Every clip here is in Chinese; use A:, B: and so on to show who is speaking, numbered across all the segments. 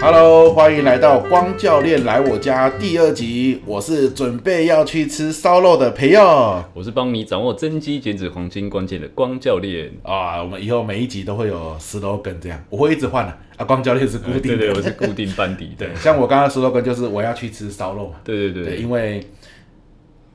A: Hello，欢迎来到光教练来我家第二集，我是准备要去吃烧肉的培佑。
B: 我是帮你掌握增肌减脂黄金关键的光教练。
A: 啊，我们以后每一集都会有 slogan 这样，我会一直换的啊光教练是固定的，
B: 哎对对，我是固定班底的
A: 对。像我刚刚 slogan 就是我要去吃烧肉嘛，
B: 对 对
A: 对，
B: 对，
A: 因为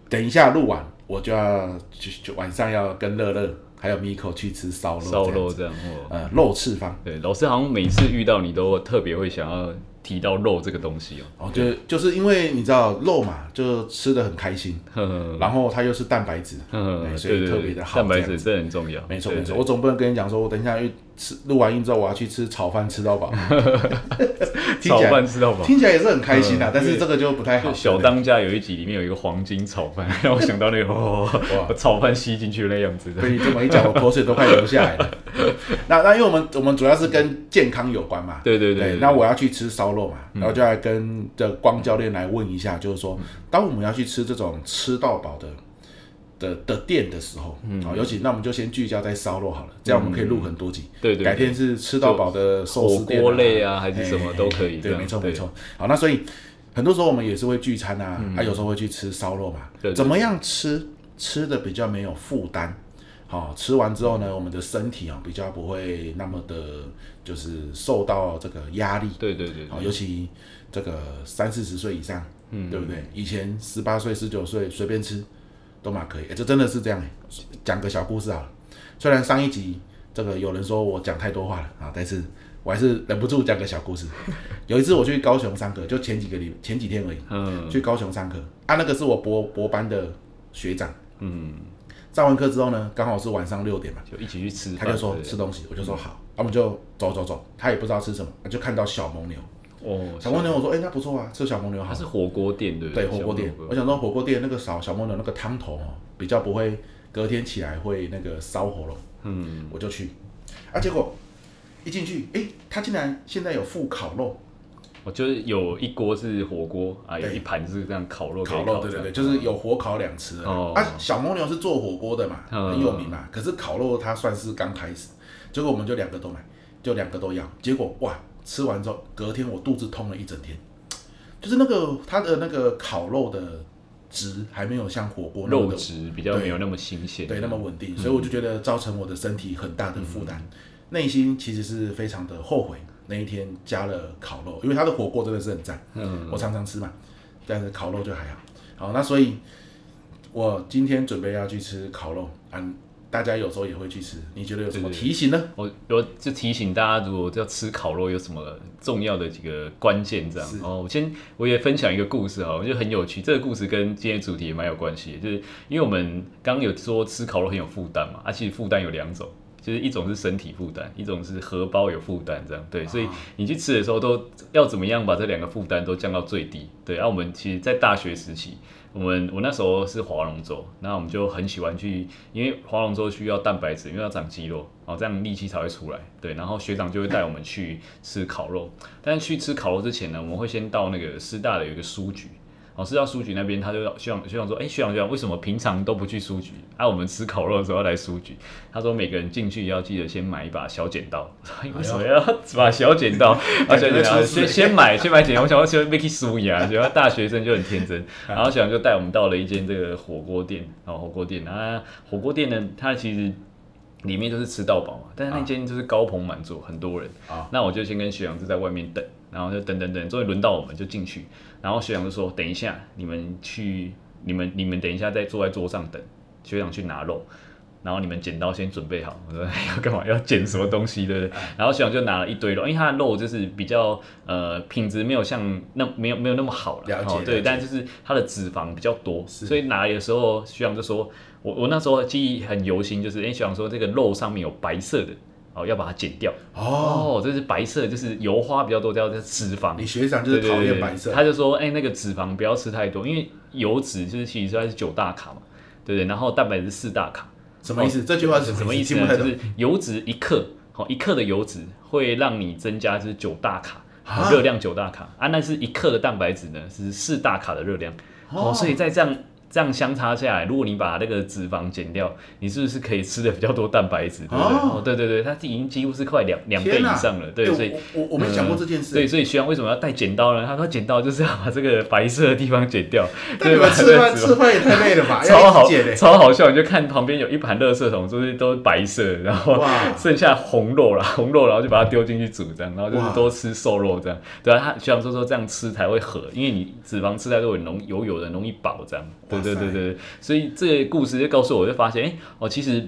A: 等一下录完，我就要就就晚上要跟乐乐还有 Miko 去吃烧肉，
B: 烧
A: 这样
B: 肉
A: 子
B: 这样哦。
A: 呃肉翅方。
B: 对，老师好像每次遇到你都特别会想要提到肉这个东西哦。
A: 哦，就就是因为你知道肉嘛，就吃的很开心，
B: 呵呵
A: 然后它又是蛋白质，
B: 呵
A: 对
B: 呵，
A: 哎所以
B: 对
A: 特
B: 对
A: 别的
B: 对，
A: 好
B: 蛋白
A: 这样
B: 质真的很重要。
A: 没错
B: 对
A: 没错，，我总不能跟你讲说，我等一下去吃录完音之后，我要去吃炒饭吃到 饱，听
B: 炒
A: 起来
B: 饭吃到饱。
A: 听起来也是很开心啊
B: 嗯，
A: 但是这个就不太好。
B: 就小当家有一集里面有一个黄金炒饭， 让我想到 那个哦，炒饭吸进去那样子的。
A: 被你这么一讲，我口水都快流下来了。那那因为我们我们主要是跟健康有关嘛，
B: 对对对嗯
A: 对。那我要去吃烧肉嘛，然后就来跟这光教练来问一下，就是说，当我们要去吃这种吃到饱的。的的店的时候，
B: 嗯
A: 啊，尤其那我们就先聚焦在烧肉好了，这样我们可以录很多集。
B: 对对对
A: 改天是吃到饱的寿司店、
B: 火锅类啊还是什么都可
A: 哎
B: 以这
A: 对，
B: 样
A: 没错
B: 对
A: 没错。好，那所以很多时候我们也是会聚餐啊，啊，有时候会去吃烧肉嘛。
B: 嗯对对
A: 怎么样吃吃的比较没有负担？好、吃完之后呢，我们的身体啊、比较不会那么的，就是受到这个压力。
B: 对对对
A: 好、
B: 对，
A: 哦尤其这个三四十岁以上，嗯，对不对？以前十八岁、十九岁随便吃都嘛可以，哎，这真的是这样。讲个小故事好了，虽然上一集这个有人说我讲太多话了啊，但是我还是忍不住讲个小故 事。有一次我去高雄上课，就前几个礼前几天而已，
B: 嗯
A: 去高雄上课啊，那个是我博博班的学长，
B: 嗯，
A: 上完课之后呢，刚好是晚上六点嘛，
B: 就一起去吃饭。
A: 他就说
B: 对嗯
A: 吃东西，我就说好，啊我们就走走走，他也不知道吃什么，就看到小蒙牛。
B: 哦，
A: 小蒙牛，我说哎、那不错啊，吃小蒙牛好
B: 它。是火锅店对不
A: 对
B: 对
A: 火锅店
B: 小，嗯
A: 我想说火锅店那个小小蒙牛那个汤头哦，比较不会隔天起来会那个烧喉咙，
B: 嗯，
A: 我就去，啊结果一进去，哎，他竟然现在有附烤肉，
B: 我就是有一锅是火锅啊，有
A: 对
B: 一盘是这样烤肉，
A: 烤肉对对对，就是有火烤两吃的
B: 哦
A: 啊小蒙牛是做火锅的嘛，
B: 嗯
A: 很有名嘛，可是烤肉它算是刚开始，结果我们就两个都买，就两个都要，结果哇吃完之后隔天我肚子痛了一整天，就是那个它的那个烤肉的值还没有像火锅那么
B: 肉
A: 的
B: 质比较没有那么新鲜，
A: 对，那么稳定，
B: 嗯
A: 所以我就觉得造成我的身体很大的负担，内心其实是非常的后悔那一天加了烤肉，因为它的火锅真的是很赞，
B: 嗯
A: 我常常吃嘛，但是烤肉就还好。好，那所以我今天准备要去吃烤肉，嗯，大家有时候也会去吃，你觉得有什么
B: 对对
A: 提醒呢？
B: 我我就提醒大家，如果要吃烤肉，有什么重要的几个关键这样
A: 是。
B: 哦，我先我也分享一个故事哈，我觉得很有趣。这个故事跟今天的主题也蛮有关系的，就是因为我们刚刚有说吃烤肉很有负担嘛，啊，其实负担有两种。就是一种是身体负担，一种是荷包有负担，这样对，所以你去吃的时候都要怎么样把这两个负担都降到最低？对，啊，我们其实，在大学时期，我们我那时候是划龙舟，那我们就很喜欢去，因为划龙舟需要蛋白质，因为要长肌肉，然后这样力气才会出来。对，然后学长就会带我们去吃烤肉，但是去吃烤肉之前呢，我们会先到那个师大的有一个书局。哦，师大书局那边，他就学长学长说，哎、学长学长，为什么平常都不去书局？啊，我们吃烤肉的时候要来书局。他说每个人进去要记得先买一把小剪刀。 我说哎为什么要把小 剪刀？啊，小剪
A: 感觉
B: 刀
A: 出事
B: 先先买先买剪刀，我想要先 Vicky 输赢啊，觉得大学生就很 天真。
A: 啊
B: 然后小杨就带我们到了一间这个火锅店，然后火锅店，啊，火锅店呢，它其实里面就是吃到饱嘛，但是那间就是高朋满座，很多人。
A: 啊
B: 那我就先跟学长就在外面等，然后就等等等，终于轮到我们就进去，然后学长就说：“等一下，你们去，你们你们等一下再坐在桌上等，学长去拿肉。”然后你们剪刀先准备好，我说哎要干嘛？要剪什么东西，对不对？
A: 哎
B: 然后学长就拿了一堆肉，因为它的肉就是比较呃品质没有像那没有没有那么好
A: 了解
B: 哦
A: 了解
B: 对，但就是它的脂肪比较多，所以拿来的时候学长就说，我我那时候记忆很犹新，就是哎、学长说这个肉上面有白色的，哦要把它剪掉，
A: 哦，
B: 哦，这是白色，就是油花比较多，叫做脂肪。
A: 你学长就
B: 对
A: 是
B: 对
A: 讨
B: 对
A: 厌
B: 对
A: 白色，
B: 他就说，哎、那个脂肪不要吃太多，因为油脂就是其实它是九大卡嘛，对不对？然后蛋白质四大卡，
A: 什么意思？这句话是
B: 哦什么意思
A: 听不
B: 呢？
A: 太
B: 就
A: 懂
B: 是油脂一克，好、一克的油脂会让你增加就是九大卡
A: 啊，
B: 热量九大卡啊，那是一克的蛋白质呢是四大卡的热量，
A: 哦
B: 哦，所以在这样这样相差下来，如果你把那个脂肪减掉，你是不是可以吃的比较多蛋白质？对不对？
A: 哦
B: 哦，对对对，它已经几乎是快两两倍
A: 天哪
B: 以上了。对，
A: 哎
B: 所以嗯
A: 我我我没想过这件事。
B: 对，所以徐阳为什么要带剪刀呢？他说剪刀就是要把这个白色的地方剪 掉，
A: 但你
B: 对吧
A: 们吃
B: 把
A: 饭哎
B: 这个
A: 吃饭也太累了吧？
B: 超
A: 要
B: 好
A: 理解嘞，
B: 超好笑，你就看旁边有一盘垃圾桶，就是都是白色的，然后
A: 哇
B: 剩下红肉啦， 红肉，然后就把它丢进去煮这样，然后就是
A: 哇
B: 多吃瘦肉这样。对啊，他徐阳说说这样吃才会合，因为你脂肪吃太多，很容油油的，容易饱这样。
A: 哇
B: 对对对
A: 塞
B: 对，对所以这个故事就告诉我，我就发现，哎、哦，其实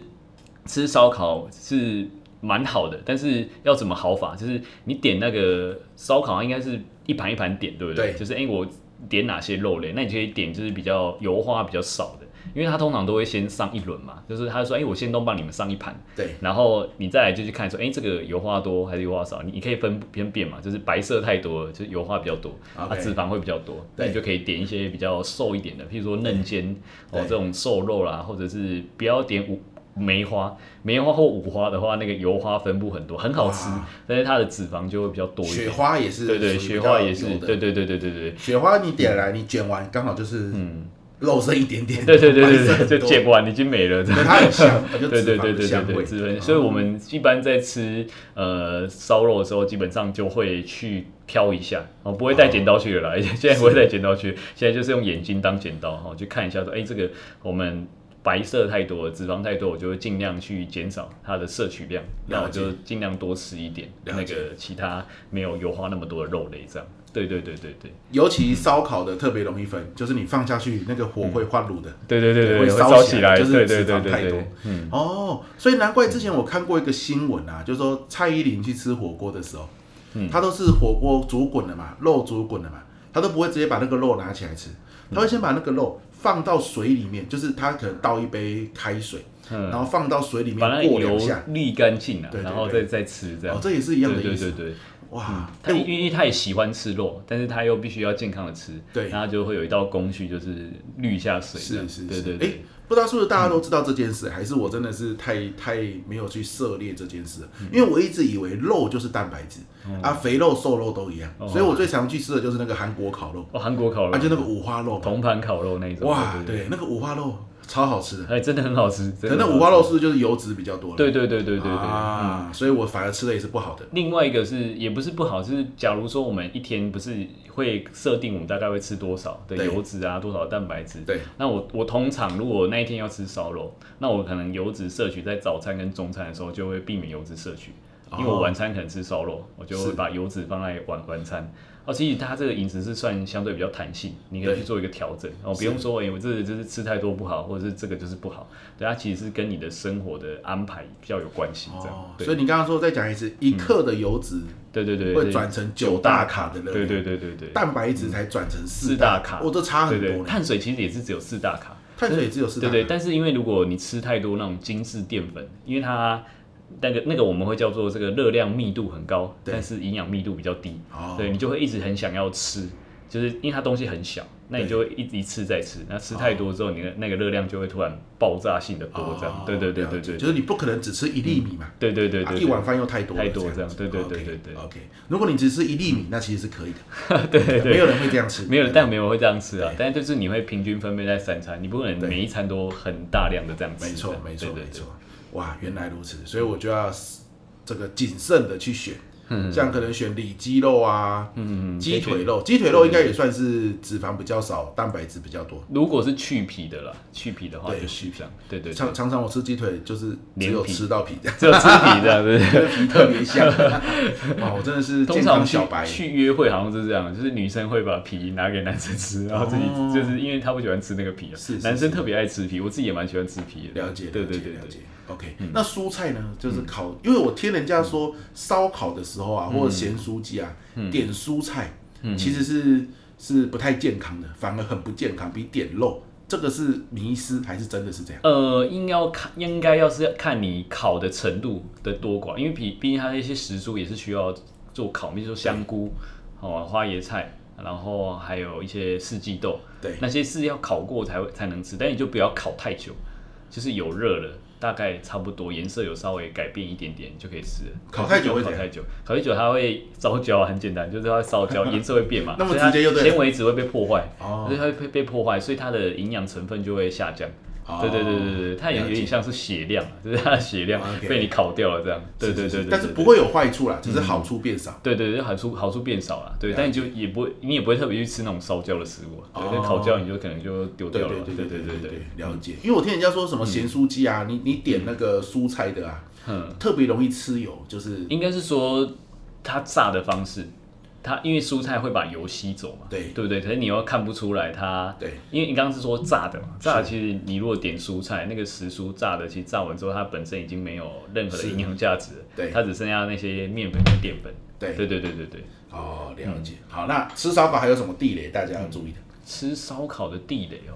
B: 吃烧烤是蛮好的，但是要怎么好法？就是你点那个烧烤，应该是一盘一盘点，对不对？
A: 对
B: 就是哎、诶我点哪些肉类，那你可以点就是比较油花比较少的，因为它通常都会先上一轮嘛，就是他说，哎、我先都帮你们上一盘，
A: 对，
B: 然后你再来就去看说，哎、这个油花多还是油花少？你你可以分分辨嘛，就是白色太多了，就是油花比较多，啊
A: OK
B: 脂肪会比较多，那你就
A: 对
B: 可以点一些比较瘦一点的，譬如说嫩尖哦
A: 对
B: 这种瘦肉啦，或者是不要点五梅花，梅花或五花的话，那个油花分布很多，很好吃
A: 哇，
B: 但是它的脂肪就会比较多一
A: 雪
B: 点。
A: 花也是，
B: 对对，雪花也是，对，对对对对对。
A: 雪花你点来，你卷完刚好就是嗯，肉剩一点点，
B: 对对对
A: 白
B: 对
A: 色很
B: 对，就
A: 多
B: 剪，完已经没了，这样
A: 对它很香，它就
B: 对对
A: 脂
B: 对
A: 肪
B: 对
A: 的
B: 对
A: 香
B: 对，
A: 味，
B: 脂肪。所以我们一般在吃呃烧肉的时候，基本上就会去挑一下，哦，不会带剪刀去了啦，
A: 哦
B: 现在不会带剪刀去，现在就是用眼睛当剪刀哈、哦，去看一下说，哎，这个我们。白色太多了，脂肪太多，我就会尽量去减少它的摄取量，那我
A: 了解
B: 就尽量多吃一点那
A: 了解
B: 个其他没有油花那么多的肉类，这样。对对对对对。
A: 尤其烧烤的特别容易分，就是你放下去那个火会化卤的。
B: 对对对对，
A: 会
B: 会
A: 烧
B: 烧
A: 起
B: 起
A: 来
B: 来，
A: 就是
B: 对对
A: 脂
B: 对
A: 肪
B: 对
A: 太
B: 对
A: 多，
B: 嗯，
A: 哦，所以难怪之前我看过一个新闻啊，就是说蔡依林去吃火锅的时候，
B: 嗯
A: 她都是火锅煮滚了嘛，肉煮滚了嘛，她都不会直接把那个肉拿起来吃，
B: 嗯
A: 她会先把那个肉放到水里面，就是她可能倒一杯开水，
B: 嗯
A: 然后放到水里面
B: 把那
A: 过
B: 油
A: 两下。
B: 沥干净了
A: 对，对
B: 然后再
A: 对
B: 再吃这样
A: 哦，。这也是一样的
B: 对
A: 意
B: 对嗯
A: 思。
B: 对对，
A: 哇，
B: 他
A: 哎
B: 因因为他也喜欢吃肉，但是他又必须要健康的吃，
A: 对
B: 那他就会有一道工序就是滤一下水这
A: 是
B: 样，
A: 是
B: 对
A: 是，
B: 对
A: 诶
B: 对，
A: 不知道是不是大家都知道这件事，还是我真的是太太没有去涉猎这件事了？因为我一直以为肉就是蛋白质、啊，肥肉瘦肉都一样，
B: 嗯哦
A: 所以我最常去吃的就是那个韩国烤肉，
B: 哦，韩国烤
A: 啊，就那
B: 肉，
A: 个五花肉，
B: 铜盘烤肉那一种，
A: 哇，
B: 对，
A: 对，那个五花肉超好吃的，
B: 哎，真的很好吃，
A: 可能
B: 真的
A: 那
B: 很好
A: 五
B: 吃
A: 花肉是不是就是油脂比较多了？
B: 对对对对对对，嗯
A: 啊，所以我反而吃的也是不好的。
B: 另外一个是也不是不好，是假如说我们一天不是会设定我们大概会吃多少的
A: 对
B: 油脂啊，多少蛋白质。
A: 对，
B: 那我我通常如果那一天要吃烧肉，那我可能油脂摄取在早餐跟中餐的时候就会避免油脂摄取，因为我晚餐可能吃烧肉，我就会
A: 哦是
B: 把油脂放在晚晚餐。哦，其实它这个饮食是算相对比较弹性，你可以
A: 对
B: 去做一个调整哦，不用说哎、我这个就是吃太多不好，或者是这个就是不好，对，它其实是跟你的生活的安排比较有关系，这样。
A: 哦，
B: 对
A: 所以你刚刚说再讲一次，一克的油脂
B: 对对对，
A: 会
B: 对
A: 转成九大卡的热
B: 对
A: 量，
B: 对对对对，
A: 蛋白质才转成四哦
B: 四大卡
A: 我这差
B: 对
A: 很多
B: 对，
A: 呢。
B: 碳水其实也是只有四大卡，
A: 碳水也只有四大
B: 对
A: 卡，
B: 对，但是因为如果你吃太多那种精致淀粉，因为它那个那个我们会叫做这个热量密度很高，
A: 对
B: 但是营养密度比较低，
A: 哦，
B: 对你就会一直很想要吃，就是因为它东西很小，那你就会一直一吃再吃，那吃太多之后，你的那个热量就会突然爆炸性的多
A: 哦，
B: 这样，对对对对
A: 了解
B: 对，
A: 就是你不可能只吃一粒米嘛，
B: 对对对
A: 啊，
B: 对，
A: 一碗饭又太多了
B: 太多
A: 这样子，
B: 这样对对对对对
A: OK，OK，如果你只吃一粒米，那其实是可以的，
B: 对对对
A: 没。有人会这样吃，
B: 没有，但没有会这样吃啊
A: 对。
B: 但是就是你会平均分配在三餐，你不可能
A: 对
B: 每一餐都很大量的这样吃。
A: 没
B: 这
A: 错
B: 样
A: 没错
B: 对对
A: 没
B: 对
A: 错，哇，原来如此，所以我就要这个谨慎的去选。像可能选里脊肉啊，
B: 嗯，
A: 鸡腿肉，鸡腿肉应该也算是脂肪比较少，蛋白质比较多。
B: 如果是去皮的啦，去皮的话
A: 对
B: 就是这样，对对，对
A: 常常常我吃鸡腿就是只
B: 连
A: 有
B: 皮
A: 吃到皮 的，
B: 只有吃 皮这样对对对。
A: 皮特别 香。哇，我真的是
B: 通
A: 健
B: 常
A: 康
B: 去
A: 小白。
B: 去约会好像是这样，就是女生会把皮拿给男生吃，然后自己
A: 哦
B: 就是因为她不喜欢吃那个皮啊
A: 是是，
B: 男生特别爱吃皮，我自己也蛮喜欢吃皮的。
A: 了解，
B: 对
A: 了
B: 对
A: 解，
B: 对
A: 了
B: 对嗯
A: 解。OK，那蔬菜呢？就是烤，因为我听人家说烧烤的时候啊，
B: 嗯
A: 或者咸酥鸡啊，点蔬菜其实是是不太健康的，反而很不健康，比点肉这个是迷失还是真的是这样？
B: 呃，应该要看，应该要是要看你烤的程度的多寡，因为毕毕竟它那些食蔬也是需要做烤，比如说香菇、哦花椰菜，然后还有一些四季豆，
A: 对
B: 那些是要烤过才会才能吃，但你就不要烤太久，就是有热了，大概差不多，颜色有稍微改变一点点就可以吃了。
A: 烤太久会
B: 烤
A: 怎样
B: 太久，烤太久它会烧焦啊，很简单，就是它会烧 焦，颜色会变嘛，
A: 那么
B: 所以它
A: 直接就对了
B: 纤维质会被破坏，
A: 哦
B: 所以它会被被破坏，所以它的营养成分就会下降。
A: 哦
B: 对对对对对，它也
A: 了解
B: 有点像是血量，就是它的血量
A: 哦，OK
B: 被你烤掉了这样。对对
A: 是
B: 对
A: 是
B: 对，
A: 但是
B: 对嗯
A: 不。会有坏处啦，只是好处变少。
B: 对对对，好处好处变少了，对，
A: 了解
B: 但你就也不会，你也不会特别去吃那种烧焦的食物啊，对，
A: 哦
B: 那烤焦你就可能就丢
A: 对
B: 掉了
A: 对
B: 嘛，
A: 对
B: 对
A: 对
B: 对
A: 对
B: 对对，
A: 了解。因为我听人家说什么咸酥鸡啊，你你点那个蔬菜的啊，
B: 嗯，
A: 特别容易吃油，就是
B: 应该是说它炸的方式，它因为蔬菜会把油吸走嘛，
A: 对
B: 对不对？可是你又看不出来它，
A: 对，
B: 因为你刚刚是说炸的嘛，炸的其实你如果点蔬菜，那个时蔬炸的，其实炸完之后它本身已经没有任何的
A: 是
B: 营养价值了，
A: 对
B: 它只剩下那些面粉跟淀粉，
A: 对
B: 对对对对对。
A: 哦，了解。
B: 嗯
A: 好，那吃烧烤还有什么地雷大家要注意的？
B: 吃烧烤的地雷哦，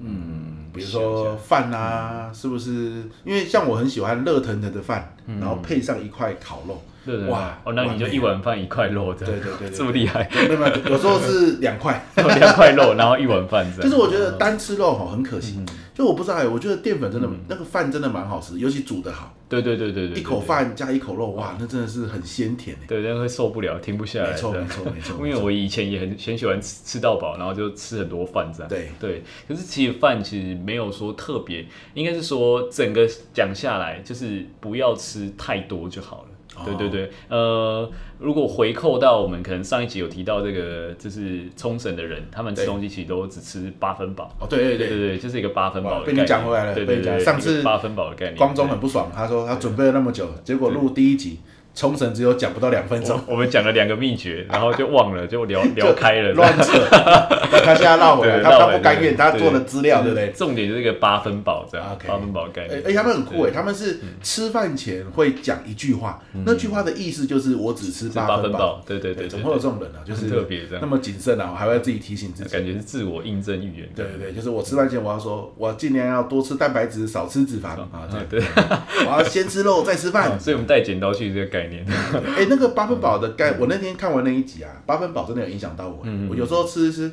B: 嗯，
A: 比如说饭啊，是不是？因为像我很喜欢热腾腾的饭，然后配上一块烤肉，
B: 嗯对对
A: 哇
B: 哇，哦，那你就
A: 完美
B: 一碗饭一块肉这样，
A: 对对对对
B: 这么厉害，
A: 没有没有，有时候是两块。
B: 两块肉，然后一碗饭这样，
A: 就是我觉得单吃肉哈很可惜，
B: 嗯
A: 就我不知道哎，我觉得淀粉真的那个饭真的蛮好吃，尤其煮得好，
B: 对对对嗯对对，哦
A: 一口饭加一口肉，哇，那真的是很鲜甜哎。
B: 对，对，人会受不了，停不下来，
A: 没错
B: 这样
A: 没错没错没
B: 因为
A: 错
B: 我以前也很很喜欢吃吃到饱，然后就吃很多饭这样，
A: 对
B: 对，可是其实饭其实没有说特别，应该是说整个讲下来就是不要吃太多就好了。
A: 哦
B: 对对对，呃，如果回扣到我们可能上一集有提到这个，就是冲绳的人，他们吃
A: 对
B: 东西其实都只吃八分饱，
A: 哦，对
B: 对
A: 对
B: 对
A: 对，
B: 对，就是一个八分饱
A: 哇
B: 的
A: 被
B: 概
A: 你
B: 念。
A: 讲回来了
B: 对
A: 被
B: 对
A: 你
B: 对
A: 讲
B: 对，
A: 上次
B: 八分饱的概念。
A: 光中很不爽，他说他准备了那么久，结果录第一集冲绳只有讲不到两分
B: 对
A: 钟，
B: 我我们讲了两个秘诀，然后就忘了，就聊 聊开了。
A: 乱扯。 他现在绕回来，
B: 对
A: 他
B: 绕
A: 他
B: 回来
A: 不甘愿，
B: 对
A: 他做了资料，对不对？
B: 重点就是一个八分饱这样，
A: OK
B: 八分饱的概
A: 哎
B: 念。
A: 而且他们很酷哎，他们是
B: 嗯
A: 吃饭前会讲一句话，那句话的意思就是我只吃
B: 是嗯八
A: 八
B: 分
A: 分饱。
B: 饱，对对
A: 对，
B: 对
A: 怎
B: 对
A: 么会有
B: 对，
A: 这种人呢？啊就是
B: 很特别这样
A: 那么谨慎啊，我还会自己提醒自己。
B: 感觉是自我印证预言。
A: 对对对，就是我吃饭前我要说，我尽量要多吃蛋白质，少吃脂肪啊，
B: 啊
A: 对，
B: 对，
A: 我要先吃肉再吃 饭。
B: 所以我们带剪刀去这个概念。
A: 哎，那个八分
B: 嗯
A: 饱的盖，我那天看完那一集啊，八分饱真的有影响到我。我有时候吃一吃，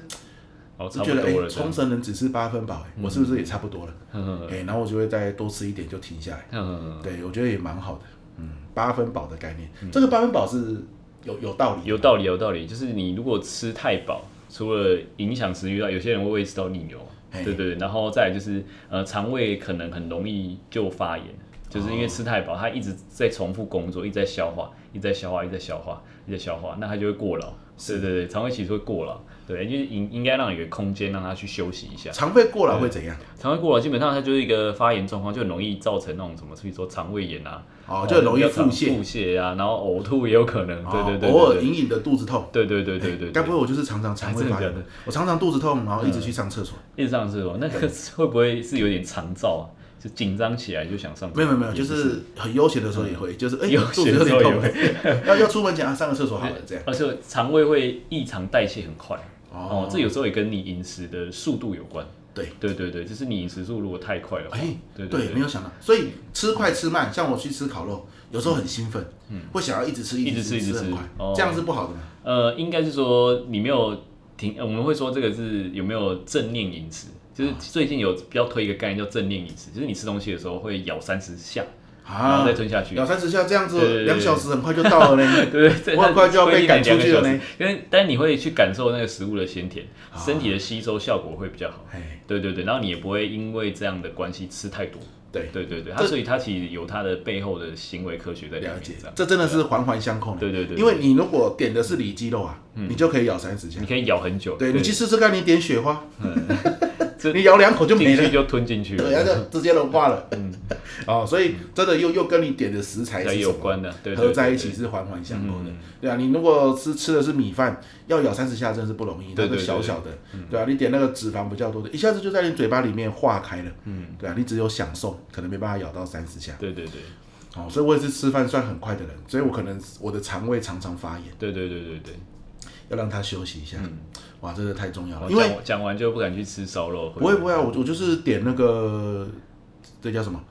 B: 哦，嗯差
A: 就觉
B: 不
A: 得
B: 多
A: 哎，
B: 了这
A: 冲
B: 样。
A: 绳人只吃八分饱，哎我是不是也差不多了？
B: 嗯
A: 哎，然后我就会再多吃一点就停下来。
B: 嗯，
A: 对，我觉得也蛮好的。嗯，八分饱的概念，这个八分饱是有有道理的，
B: 有道理，有道理。就是你如果吃太饱，除了影响食欲外，有些人会胃食道逆流嘛，
A: 嘿
B: 对对对。然后再来就是呃，肠胃可能很容易就发炎，就是因
A: 哦
B: 为吃太饱，它一直在重复工作，一直在消化，一直在消化，一直在消化，一直在消化，那它就会过劳。对对对，肠胃其实会过劳，对，就是应应该让有一个空间让它去休息一下。
A: 肠胃过劳会怎样？
B: 肠胃过劳基本上它就是一个发炎状况，就很容易造成那种什么，所以说肠胃炎啊，
A: 哦，就很容易腹泻
B: 腹，泻啊，然后呕吐也有可能，对对对，
A: 哦偶尔
B: 对
A: 隐隐的肚子痛。
B: 对对对对对，
A: 该不会我就是常常肠胃发
B: 哎真的嗯
A: 炎
B: 假，
A: 我常常肚子痛，然后一直去上厕所。
B: 一直上厕所，那个会不会是有点肠燥啊？就紧张起来就想上厕所？
A: 没有没有没有，
B: 也
A: 就
B: 不是嗯
A: 是很悠闲的时候也会，就是哎，
B: 悠
A: 肚子
B: 闲
A: 有
B: 的时
A: 点
B: 候也
A: 痛
B: 会，
A: 要要出门前啊上个厕所好了这样。
B: 而且肠胃会异常代谢很快。
A: 哦
B: 哦，这有时候也跟你饮食的速度有关。
A: 对
B: 对对对，就是你饮食速度如果太快的话，
A: 哎，
B: 对
A: 对，没
B: 对，
A: 有想到，所以吃快吃慢，像我去吃烤肉，有时候很兴奋，会想要一直吃，
B: 嗯一
A: 直
B: 直吃一直
A: 吃很
B: 吃
A: 快
B: 哦，
A: 这样是不好的嘛？
B: 呃，应该是说你没有停，呃我们会说这个是有没有正念饮食。
A: 啊
B: 就是最近有比较推一个概念叫正念饮食，就是你吃东西的时候会咬三十下，然
A: 啊
B: 后再，吞下去。
A: 两三十下这样
B: 对对
A: 子，
B: 对
A: 两小时很快就到了 呢。
B: 对，这
A: 我很快就要被赶出去了呢
B: 规定两个小时。因为但你会去感受那个食物的鲜甜，身体的吸收效果会比较好。
A: 哎，
B: 对对对，然后你也不会因为这样的关系吃太多。
A: 对，
B: 对对对，它所以它其实有它的背后的行为科学在里
A: 了
B: 面。
A: 解
B: 这样，，
A: 这真的是环环相扣的。
B: 对对对对嗯
A: 因为你如果点的是里脊肉啊，你就可以咬三十下
B: 你。可以咬很久，
A: 对你去试试看，你点雪花，
B: 这
A: 你咬两口就没
B: 进
A: 了
B: 去，嗯就吞进去
A: 对，它
B: 了，
A: 就直接融化了。哦，所以真的又又跟你点的食材
B: 才
A: 是什
B: 有
A: 么
B: 关的，对对
A: 合
B: 对嗯
A: 在一
B: 对
A: 起是环环相扣的。对啊，你如果吃吃的是米饭，要咬三十下真的是不容易，那
B: 对
A: 个
B: 对对
A: 小小的，对啊，你点那个脂肪比较多的，一下子就在你嘴巴里面化开了。嗯，对啊，你只有享受，可能没办法咬到三十下。
B: 对对对
A: 哦，所以我也是吃饭算很快的人，所以我可能我的肠胃常常发炎，
B: 对对对对对。
A: 要让它休息一下。哇，这个太重要
B: 然后
A: 嗯了，因为
B: 讲讲完就不敢去吃烧肉，
A: 不会不会啊，我我就是点那个这叫什么？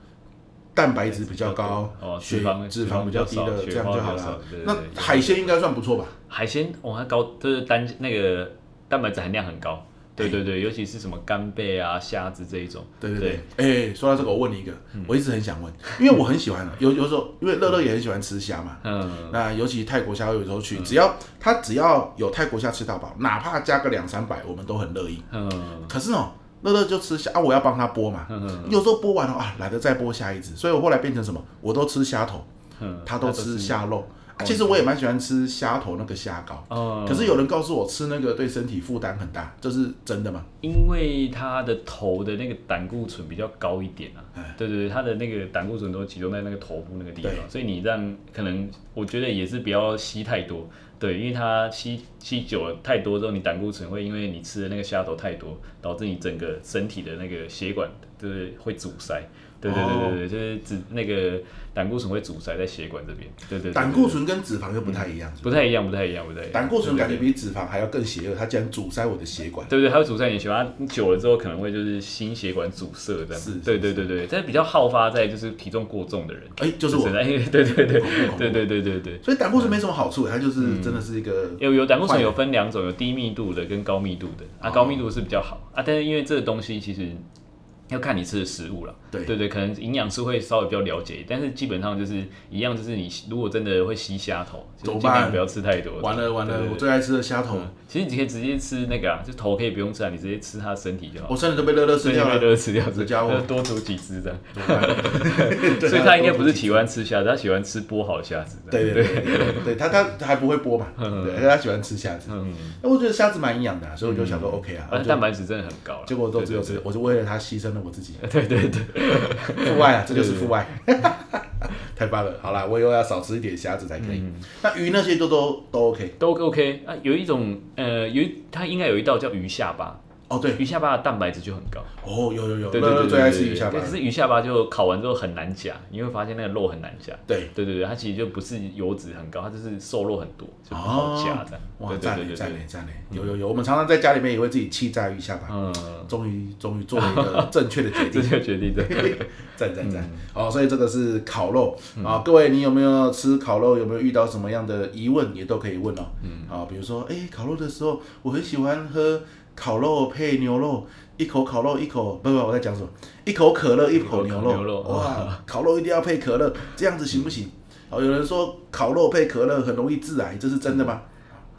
A: 蛋白质比较高，
B: 哦
A: 血
B: 脂肪
A: 脂
B: 脂
A: 肪
B: 肪
A: 比
B: 比
A: 较
B: 较
A: 低
B: 少
A: 的，这
B: 血
A: 样
B: 化
A: 就
B: 比
A: 好
B: 较
A: 了
B: 少对。
A: 那
B: 对对
A: 海鲜应该算不错吧？
B: 海鲜，哦，它高，就是单那个蛋白质含量很高，对
A: 哎
B: 对对，尤其是什么干贝啊、虾子这一种，
A: 对对对，哎、说到这个，我问你一个，
B: 嗯
A: 我一直很想问，因为我很喜欢啊，有有时候因为乐乐也很喜欢吃虾嘛，
B: 嗯，
A: 那尤其泰国虾，我有时候去，只要他只要有泰国虾吃到饱，哪怕加个两三百，我们都很乐意。
B: 嗯
A: 可是哦，乐乐就吃虾啊，我要帮他剥嘛，
B: 嗯
A: 有时候剥完了啊，懒得再剥下一只，所以我后来变成什么，我都吃虾头，
B: 嗯，
A: 他都吃虾肉。啊、其实我也蛮喜欢吃虾头那个虾膏，
B: 哦，
A: 可是有人告诉我吃那个对身体负担很大，这是真的吗？
B: 因为它的头的那个胆固醇比较高一点啊
A: 哎，
B: 对对对，它的那个胆固醇都集中在那个头部那个地
A: 对
B: 方，所以你让可能我觉得也是不要吸太多，对，因为它吸吸久了太多之后，你胆固醇会因为你吃的那个虾头太多，导致你整个身体的那个血管就是会阻塞。对对对
A: 哦
B: 对对，就是指那个胆固醇会阻塞在血管这边。对对对对
A: 胆固醇跟脂肪又不太一样，
B: 不太一样，不太一样，不太一样。
A: 胆固醇
B: 对对
A: 感觉比脂肪还要更邪恶，它竟然阻塞我的血管。
B: 对不对？还有阻塞你的血管，它久了之后可能会就是心血管阻塞这样。
A: 是是
B: 对对对对，但比较好发在就是体重过重的人，
A: 哎、就是我
B: 是。哎，对对 对嗯
A: 恐怖
B: 对对对对对。
A: 所以胆固醇没什么好处，它就是真的是一个
B: 有有胆固醇有分两种，有低密度的跟高密度的
A: 哦
B: 啊，高密度是比较好啊，但是因为这个东西其实要看你吃的食物了，
A: 对
B: 对对，可能营养师会稍微比较了解，但是基本上就是一样，就是你如果真的会吸虾头，
A: 怎
B: 就
A: 么
B: 尽
A: 办
B: 量不要吃太多。
A: 完了完
B: 对
A: 了，
B: 对
A: 我
B: 对
A: 最爱吃的虾头，
B: 其实你可以直接吃那个啊，就头可以不用吃啊，你直接吃它的身体就好。
A: 我甚至都被乐乐吃
B: 对，
A: 掉
B: 被
A: 了。
B: 热吃掉，
A: 这 家伙
B: 要多煮几只这样。
A: 对
B: 所以他应该不
A: 多
B: 是喜欢吃虾子，他喜欢吃剥好虾子这
A: 对
B: 样。
A: 对对对对，对他他他还不会剥嘛，对，他喜欢吃虾子。
B: 嗯，
A: 那我觉得虾子蛮营养的啊，所以我就想说 OK 啊，我
B: 而且
A: 就
B: 蛋白质真的很高了。
A: 结果都只有
B: 对
A: 吃，我就为了它牺牲了我自 己，
B: 对对对对，
A: 父爱啊，这就是父爱，太棒了。好啦，我以后要少吃一点虾子才
B: 嗯
A: 可以。那鱼那些都都都 OK。
B: 都 OK 啊。有一种呃，有一它应该有一道叫鱼下巴，
A: 哦对，
B: 鱼下巴的蛋白质就很高。
A: 哦有有有，
B: 对
A: 乐
B: 对
A: 乐
B: 对，
A: 最
B: 对
A: 爱
B: 对
A: 吃
B: 对
A: 鱼下巴
B: 对。可是鱼下巴就烤完之后很难夹，你会发现那个肉很难夹。
A: 对，
B: 对对对，它其实就不是油脂很高，它就是瘦肉很多，就不好夹这样。
A: 哦哇，
B: 对
A: 赞
B: 对
A: 嘞
B: 对
A: 赞
B: 对
A: 嘞赞嘞，有有有，我们常常在家里面也会自己气炸鱼下巴，
B: 嗯，
A: 终于终于做了一个正确的决
B: 这
A: 定，
B: 就决定的。
A: 赞赞
B: 嗯
A: 赞！哦，所以这个是烤肉啊，各位你有没有吃烤肉？有没有遇到什么样的疑问也都可以问哦。
B: 嗯
A: 啊，比如说，哎，烤肉的时候我很喜欢喝烤肉配牛肉，一口烤肉一口，不不，我在讲什么？一口可乐一口牛
B: 一口牛
A: 肉，
B: 哦肉
A: 哇，烤肉一定要配可乐，这样子行不
B: 嗯
A: 行？哦，有人说烤肉配可乐很容易致癌，这是真的吗？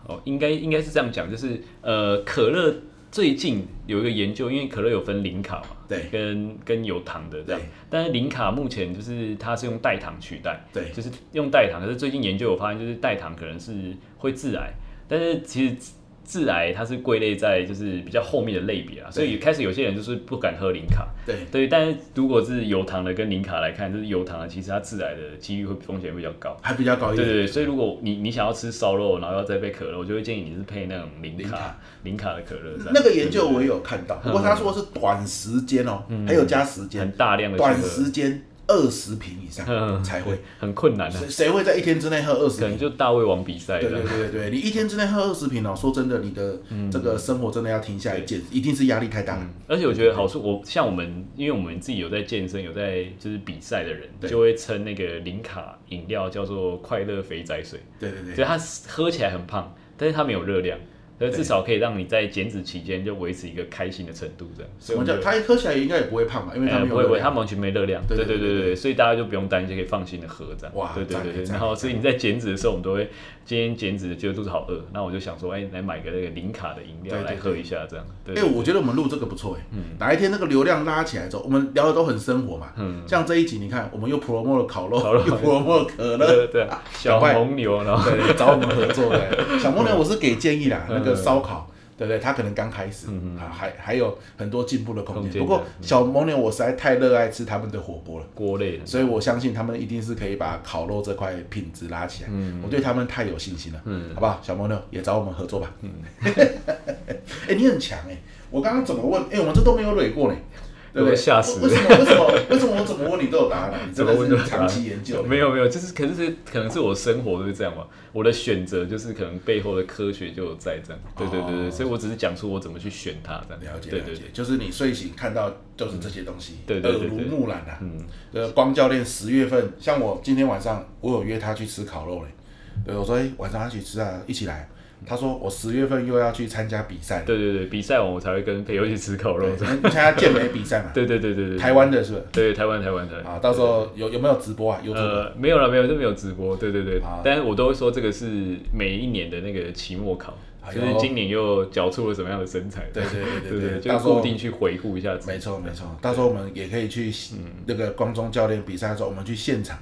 B: 哦，应该应该是这样讲，就是呃，可乐最近有一个研究，因为可乐有分零卡嘛，
A: 对
B: 跟跟有糖的这样
A: 对，
B: 但是零卡目前就是它是用代糖取代，
A: 对
B: 就是用代糖，可是最近研究我发现，就是代糖可能是会致癌，但是其实。致癌，它是归类在就是比较后面的类别啊，所以开始有些人就是不敢喝零卡，
A: 对。
B: 对，但是如果是有糖的跟零卡来看，就是有糖的其实它致癌的几率会风险会比较高，
A: 还比较高一
B: 对
A: 点。
B: 对对，所以如果你你想要吃烧肉，然后要再配可乐，我就会建议你是配那种零
A: 零卡
B: 卡零卡的可乐，啊这样
A: 那个研究我也有看到，不过他说是短时间哦，还有加时
B: 嗯很
A: 间，
B: 大量的可乐
A: 短时间二十瓶以上
B: 嗯
A: 才会，
B: 很困难的、啊
A: 谁谁会在一天之内喝二十
B: 可能
A: 瓶？
B: 就大胃王比赛
A: 对
B: 这
A: 对
B: 样。
A: 对对对，你一天之内喝二十瓶哦，说真的，你的
B: 嗯
A: 这个生活真的要停下来减，一定是压力太大了。
B: 而且我觉得好处，我像我们，因为我们自己有在健身，有在就是比赛的人，
A: 对
B: 就会称那个零卡饮料叫做快乐肥仔水，
A: 对对
B: 所
A: 对，
B: 以它喝起来很胖，但是它没有热量，但是至少可以让你在减脂期间就维持一个开心的程度这样。
A: 什么叫他喝起来应该也不会胖吧？因为他
B: 呃
A: 没
B: 不
A: 有
B: 会
A: 热
B: 不会，它
A: 量。
B: 完全没热量。
A: 对
B: 对
A: 对
B: 对
A: 对
B: 对对，所以大家就不用担心，可以放心的喝这样。
A: 哇
B: 对对
A: 赞
B: 对对。
A: 赞
B: 然后，所以你在减脂的时候，我们都会今天减脂，觉得肚子好饿，那我就想说，哎，来买个那个零卡的饮料
A: 对对
B: 来喝一下这样。对
A: 哎，，我觉得我们录这个不错哎，
B: 嗯
A: 哪一天那个流量拉起来之后，我们聊的都很生活嘛。像这一集你看，我们又 promo 了烤肉，
B: 嗯烤肉
A: 又 promo 了可 乐，
B: 对对，小
A: 快
B: 红牛，然 后
A: 对，找我们合作的。 嗯小莫呢，我是给建议啦，那个烧烤。对不对？他可能刚开始啊，还还有很多进步的嗯空
B: 空
A: 间。
B: 间
A: 不过
B: 的
A: 小蒙牛我实在太热爱吃他们的火锅了，
B: 锅类的。
A: 所以我相信他们一定是可以把烤肉这块品质拉起来。我对他们太有信心了，好不好？小蒙牛也找我们合作吧。 哎，你很强哎！我刚刚怎么问？哎，我们这都没有蕊过呢，对不对？
B: 我吓死
A: 为什么？为什么？为什么我怎么问你都有答案啊？你真
B: 么问
A: 的
B: 都
A: 是
B: 有答
A: 长
B: 案
A: 期研究。
B: 没有没有，就是可是是可能是我生活就是这样嘛，我的选择就是可能背后的科学就有在这样，对对对对，所以我只是讲出我怎么去选它这样，
A: 了解
B: 对
A: 了
B: 对嗯
A: 解，就是你睡醒看到就是这些东西，
B: 对对对
A: 耳濡
B: 对
A: 目染啊。嗯，呃，光教练十月份，像我今天晚上我有约他去吃烤肉嘞，对，我说哎、晚上一起吃啊，一起来。他说我十月份又要去参加比赛，
B: 对对对，比赛完我才会跟朋友一起吃烤肉
A: 对，。参加健美比赛嘛，
B: 对对对对对，
A: 台湾的是不是？
B: 对台湾台湾台湾
A: 啊，到时候有有没有直播啊？有的
B: 呃，没有了，没有，这没有直播，对对对，
A: 啊
B: 但是我都会说这个是每一年的那个期末考，
A: 哎
B: 就
A: 呦
B: 是今年又缴出了什么样的身材，
A: 对对对
B: 对
A: 对对，
B: 就
A: 到时候
B: 固定去回顾一下自己，
A: 没错没错，到时候我们也可以去
B: 嗯
A: 那个光中教练比赛的时候，我们去现 场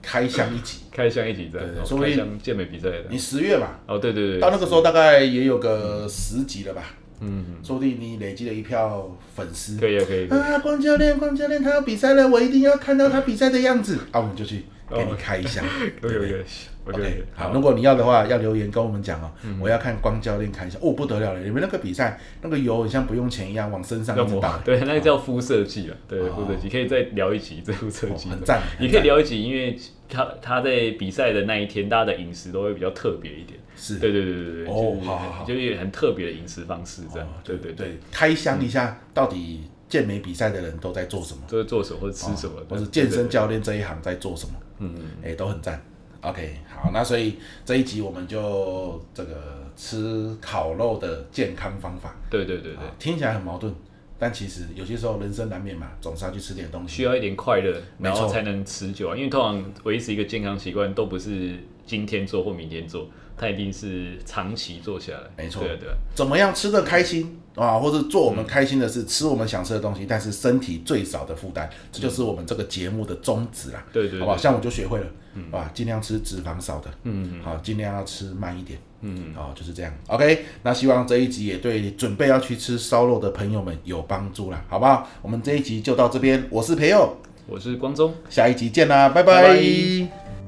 A: 开箱一集。
B: 开箱一起在，
A: 对对
B: 哦
A: 说不
B: 开
A: 定
B: 箱健美比赛的，
A: 你十月吧，
B: 哦，对对对，
A: 到那个时候大概也有个十集了吧，
B: 嗯，
A: 说不定你累积了一票粉丝。
B: 可以啊，可以，可以
A: 啊，光教练，光教练，他要比赛了，我一定要看到他比赛的样子。啊，我们就去给你开一下。
B: 可以，可以， 我觉
A: OK，
B: 得嗯
A: 好，如果你要的话，要留言跟我们讲哦。我要看光教练开一下，哦，不得了了，你们那个比赛那个油很像不用钱一样往身上
B: 那
A: 一直
B: 我
A: 倒，
B: 对，那个叫肤色剂了，对，
A: 哦
B: 肤色剂可以再聊一集这肤色剂
A: 哦，很赞
B: 你
A: 很
B: 可以
A: 赞
B: 聊一集，因为他他在比赛的那一天，大家的饮食都会比较特别一点，
A: 是
B: 对对对对对，
A: 哦
B: 就是
A: 好好好
B: 就是很特别的饮食方式
A: 哦
B: 这样，对对对，
A: 对，开箱一下到底健美比赛的人都在做什么，
B: 都是做什么或者吃什么，
A: 哦或
B: 对
A: 是健身，
B: 对对
A: 教练这一行在做什么，
B: 嗯，
A: 哎，都很赞。OK，好，那所以这一集我们就这个吃烤肉的健康方法，
B: 对对对对，
A: 啊听起来很矛盾，但其实有些时候人生难免嘛，总是要去吃点东西。
B: 需要一点快乐，
A: 没
B: 然
A: 错
B: 后才能持久啊，因为通常维持一个健康习惯都不是今天做或明天做，它一定是长期做下来，
A: 没错
B: 对啊对啊。
A: 怎么样吃的开心啊，或者做我们开心的事，吃我们想吃的东西，但是身体最少的负担，这就是我们这个节目的宗旨啦。
B: 对对
A: 好不好？像我就学会了，啊，尽量吃脂肪少的，嗯，好，尽量要吃慢一点，嗯，好，就是这样。OK，那希望这一集也对准备要去吃烧肉的朋友们有帮助啦，好不好？我们这一集就到这边，我是培佑，
B: 我是光中。
A: 下一集见啦，
B: 拜
A: 拜
B: 拜
A: 拜